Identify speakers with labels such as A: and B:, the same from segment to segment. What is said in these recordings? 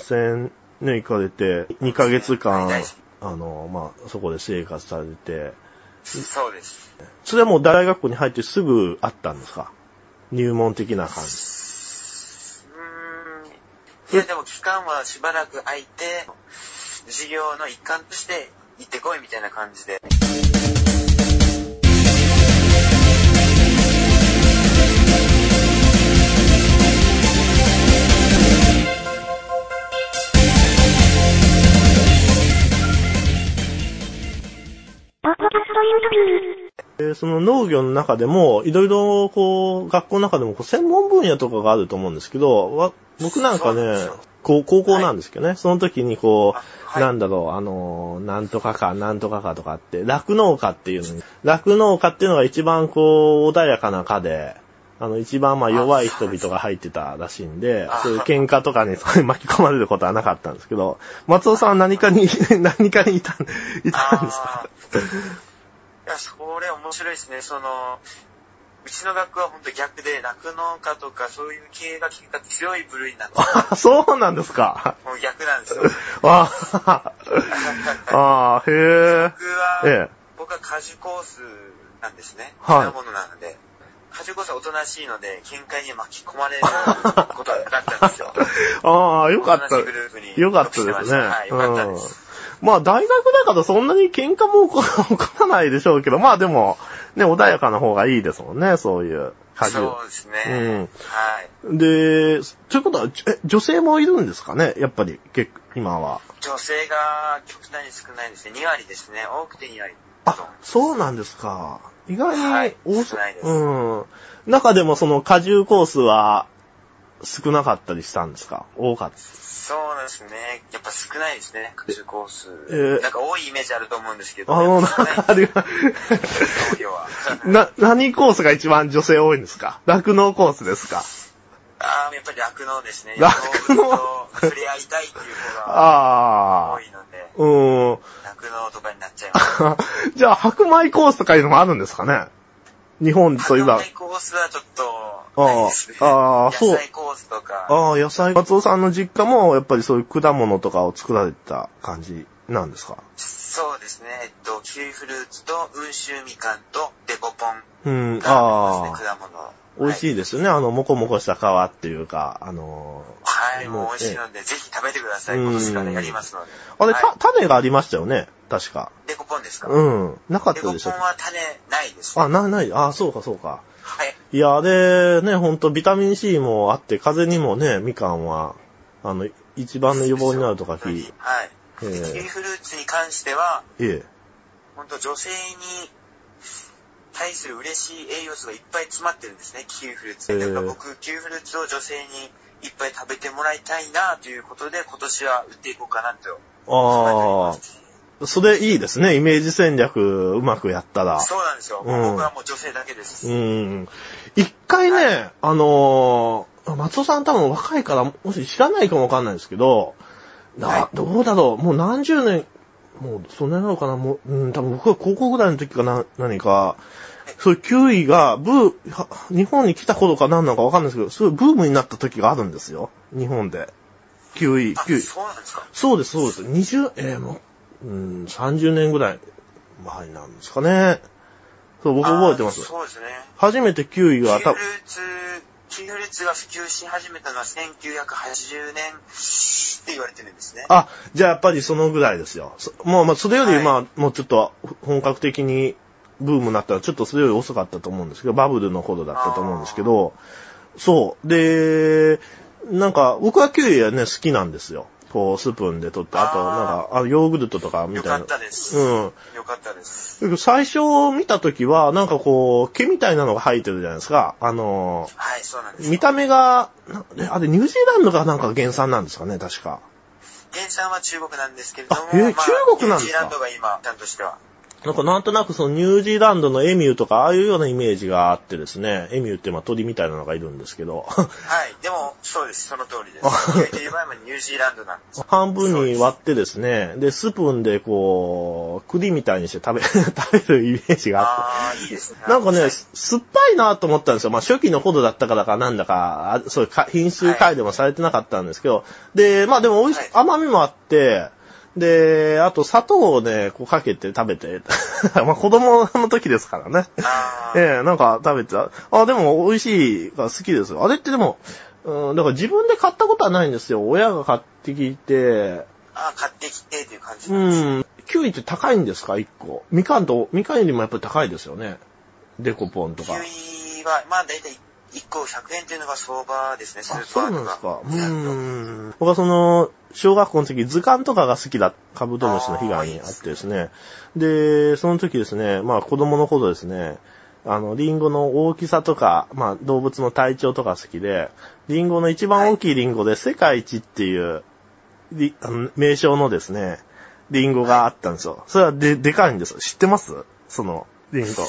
A: 泉ね、行かれて、2ヶ月間、あの、まあ、そこで生活されて、
B: そうです。
A: それはもう大学校に入ってすぐあったんですか入門的な感じ。
B: うーん。いや、でも期間はしばらく空いて、授業の一環として行ってこいみたいな感じで。
A: でその農業の中でも、いろいろこう、学校の中でもこう専門分野とかがあると思うんですけど、わ僕なんか
B: そうなんです
A: ね
B: よ、
A: こう高校なんですけどね、その時にこ
B: あ
A: う、
B: はい
A: なんだろう、あのー、なんとかか、なんとかかとかあって、酪農家っていうのに、酪農家っていうのが一番こう、穏やかな家で、あの、一番まあ弱い人々が入ってたらしいんで
B: あ、
A: そういう喧嘩とかにそういう巻き込まれることはなかったんですけど、松尾さんは何かに、 何かにいた、いたんですか
B: あーいや、それ面白いですね。その、うちの学校は本当逆で、酪農家とかそういう系が結構強い部類なんですよ。
A: あ そうなんですか。
B: もう逆なんですよ。
A: ああ、 ああ、へ
B: 僕は、
A: え。ええ。
B: 僕は果樹コースなんですね。
A: はい
B: なものなので。果樹コースはおとなしいので、見解に巻き込まれることがなかったん ですよ。
A: ああ、よかっ
B: 同じグループに
A: た。よかったで
B: 属し
A: す
B: て
A: ね。
B: ましたはい、よかった
A: う
B: で
A: ん
B: す。。
A: まあ、大学だからそんなに喧嘩も起こ起こらないでしょうけど、まあでも、ね、穏やかな方がいいですもんね、そういう感じ。
B: そうですね。
A: うん
B: はい。
A: で、ということは、え、女性もいるんですかねやっぱり、結構今は。
B: 女性が極端に少ないですね。2割ですね。多くて2割。
A: あ、そうなんですか。意外
B: はい
A: に多そ
B: 少ないです
A: うん。中でもその果汁コースは少なかったりしたんですか多かった。
B: そうなんですね。やっぱ少ないですね。果樹コース。
A: えー
B: なんか多いイメージあると思うんですけど、
A: あの、
B: や
A: な
B: っぱ少ない、
A: あれが、
B: 農業は。
A: な、何コースが一番女性多いんですか酪農コースですか
B: ああ、やっぱり酪農ですね。
A: 酪農
B: 動物と触れ合いたいっていう方
A: あ
B: が多いので、
A: あ。うーん。
B: 酪農とかになっちゃいます。
A: じゃあ、白米コースとかいうのもあるんですかね日本といえば
B: 野。菜コースはちょっと、
A: あー
B: ないですね
A: あーそう
B: 野菜コースとか、
A: ああ、野菜、松尾さんの実家も、やっぱりそういう果物とかを作られてた感じなんですか
B: そうですね。えっと、キウイフルーツと、温州みかんと、デコポン
A: うん、
B: があ
A: ああ
B: ります。ね、果物。
A: 美味しいですよね。あの、もこもこした皮っていうか、あの
B: はい、
A: もう
B: もう美味しいので、ぜひ食べてください。
A: うん
B: 今年からやりますので。
A: ーあれ、
B: は
A: た種がありましたよね確か。
B: い、デコポンですか
A: うん。なかっ
B: デ
A: た
B: コ
A: でし
B: ポ
A: ょ
B: ンは種ないです。
A: あ、ない、ない。あ、そうか、そうか。
B: はい。
A: いや、あれ、ね、ほんと、ビタミン C もあって、風邪にもね、みかんは、あの、一番の予防になるとか聞い
B: はい。
A: え
B: でキウイ
A: え
B: フルーツに関しては、
A: ええ。
B: 本当女性に対する嬉しい栄養素がいっぱい詰まってるんですね、キウイフルーツ。
A: へ
B: だ
A: ー
B: から僕、キウイフルーツを女性にいっぱい食べてもらいたいなということで、今年は売っていこうかなと。
A: ああ、それいいですね。イメージ戦略、うまくやったら。
B: そうなんですよ。
A: うん
B: 僕はもう女性だけです。
A: うん。一回ね、あのー松尾さん多分若いから、もし知らないかもわかんないですけど、な、
B: は
A: どうだろう、もう何十年、もうそんなになのかな、もう、うん、多分僕が高校ぐらいの時かな、何か、そういう9位が、ブー、は日本に来た頃か何なのかわかんないですけど、そういうブームになった時があるんですよ。日本で。9位、
B: あ、
A: 9位。
B: そうなんですか。
A: そうです、そうです。20、えーもう、うん、30年ぐらい前なんですかね。そう、僕覚えてま
B: あ
A: す
B: ー。そうですね。
A: 初めて9位
B: キウイ
A: が
B: フル
A: 多
B: ー
A: 分、
B: ツ、キウイフルーツが普及し始めたのは1980年って言われてるんですね。
A: あ、じゃあやっぱりそのぐらいですよ。そもう、まあ、それよ
B: は
A: り、
B: い
A: まあ、もうちょっと本格的にブームになったら、ちょっとそれより遅かったと思うんですけど、バブルの頃だったと思うんですけど、そう。で、なんか、僕はキウイはね、好きなんですよ。こう、スプーンで取って、あと、
B: あー
A: なんか、あのヨーグルトとかみ
B: よ
A: た
B: か
A: い
B: っ
A: な。
B: たです。
A: うん。
B: よかったです。
A: 最初見た時は、なんかこう、毛みたいなのが生えてるじゃないですか。あの
B: はい、そうなんで
A: ー、
B: す。
A: 見た目が、なえあれニュージーランドがなんか原産なんですかね、確か。
B: 原産は中国なんですけれども、
A: あへえ中国なんですか
B: ニュージーランドが今、ちゃんとしては。
A: なんかなんとなくそのニュージーランドのエミューとかああいうようなイメージがあってですね、エミューってまあ鳥みたいなのがいるんですけ ど、
B: はい。でも、そうです。その通りです。ニュージーランドはニュージーランドなんです。
A: 半分に割ってですね、で、スプーンでこう、栗みたいにして食べ、 食べるイメージがあって。
B: ああ、いいですね。
A: なんか
B: は
A: ね、
B: い
A: 酸っぱいなと思ったんですよ。まあ初期の頃だったからかなんだか、あそういうか品種改良もされてなかったんですけど、で、まあでも美味し、
B: はい
A: 甘みもあって、で、あと砂糖をね、こうかけて食べて、 まあ子供の時ですからね。
B: あー
A: ええなんか食べてた。あ、でも美味しいが好きですよ。あれってでも、うん、だから自分で買ったことはないんですよ。親が買ってきて、
B: あー、買ってきてっていう感じ
A: う
B: なんですね。
A: ん、キュウイって高いんですか ?1 個。みかんと、みかんよりもやっぱり高いですよね。デコポンと
B: キ
A: か。
B: ウイは、まあ大体1個100円っていうのが相場ですね、ス
A: あ、
B: ー
A: そ
B: パ
A: うなん
B: ーと
A: です
B: か
A: か。。うーん。僕はその、小学校の時、図鑑とかが好きだ、カブトムシの被害にあってですね。で、その時ですね、まあ子供の頃ですね、あの、リンゴの大きさとか、まあ動物の体長とか好きで、リンゴの一番大きいリンゴで世界一っていう、りあの名称のですね、リンゴがあったんですよ。それはで、でかいんですよ。知ってますその、リンゴ。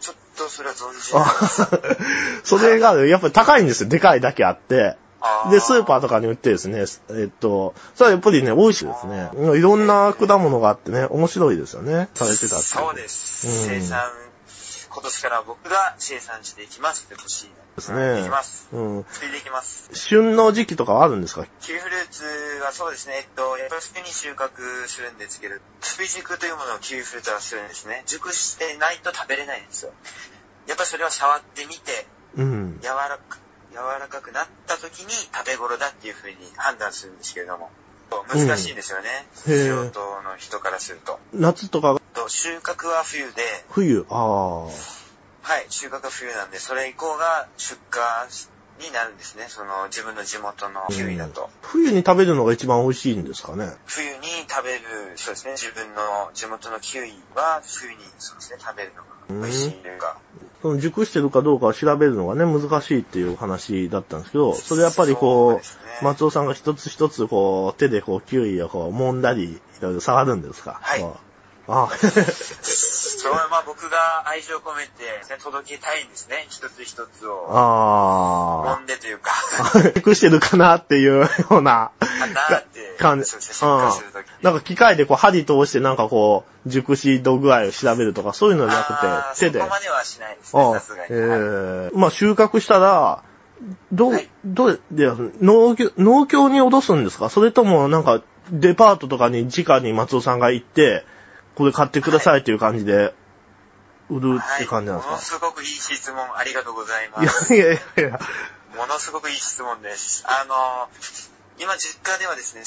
B: ちょっとそれは存じない
A: あ それが、やっぱり高いんですよ。でかいだけあって。
B: あ
A: で、スーパ
B: ー。
A: ーとかに売ってですね、えっと、それはやっぱりね、美味しいですね。いろんな果物があってね、面白いですよね。されてたって。
B: そうです。
A: うん
B: 生産、今年から僕が生産していきますって年になります。
A: ね
B: できます。
A: うん。
B: 作りできます。
A: 旬の時期とかはあるんですか
B: キウイフルーツはそうですね、えっと、やっぱりすぐに収穫するんですけど、追熟というものをキウイフルーツはするんですね。熟してないと食べれないんですよ。やっぱりそれは触ってみて、
A: うん。
B: 柔らか、柔らかくなった時に食べ頃だっていうふうに判断するんですけれども、難しいんですよね。
A: うんへえ
B: 素人の人からすると。
A: 夏とか
B: と収穫は冬で、
A: 冬。あ
B: はい、収穫は冬なんで、それ以降が出荷になるんですね。その自分の地元の
A: あ。
B: キウイだと。
A: うん。冬に食べるのが一番美味しいんですかね。
B: 冬に食べる、そうですね、自分の地元のキウイは冬にそうですね、食べるのが美味しいというか、
A: その熟してるかどうかを調べるのがね、難しいっていうお話だったんですけど、それやっぱり
B: そう
A: こ
B: ですね
A: う、松尾さんが一つ一つこう、手でこう、キウイをこう、揉んだり、いろいろ触るんですか
B: はい
A: こうあ
B: それはまあ僕が愛情を込めてですね、届けたいんですね、一つ一つを。
A: あ
B: 揉んでという か、
A: あ。熟してるかなっていうような
B: かなって、
A: 感じ。
B: そううですね、出荷するとき。
A: ん。なんか機械でこう、針通してなんかこう、熟し度具合を調べるとか、そういうのじゃ
B: あ
A: な
B: ー
A: くて、手で。
B: そこまではしないですね、
A: あ
B: さ
A: あ
B: すが、に。
A: ええ
B: はい
A: まあ収穫したら、どう、
B: はい
A: どうで、農協、農協に脅すんですかそれともなんか、デパートとかに直に松尾さんが行って、これ買ってくださいっていう感じで、売るって感じなんで
B: もの
A: す
B: すごくいい質問ありがとうござい
A: か、
B: ます。
A: い、やいやいやいや。
B: ものすごくいい質問です。あの、今実家ではですね、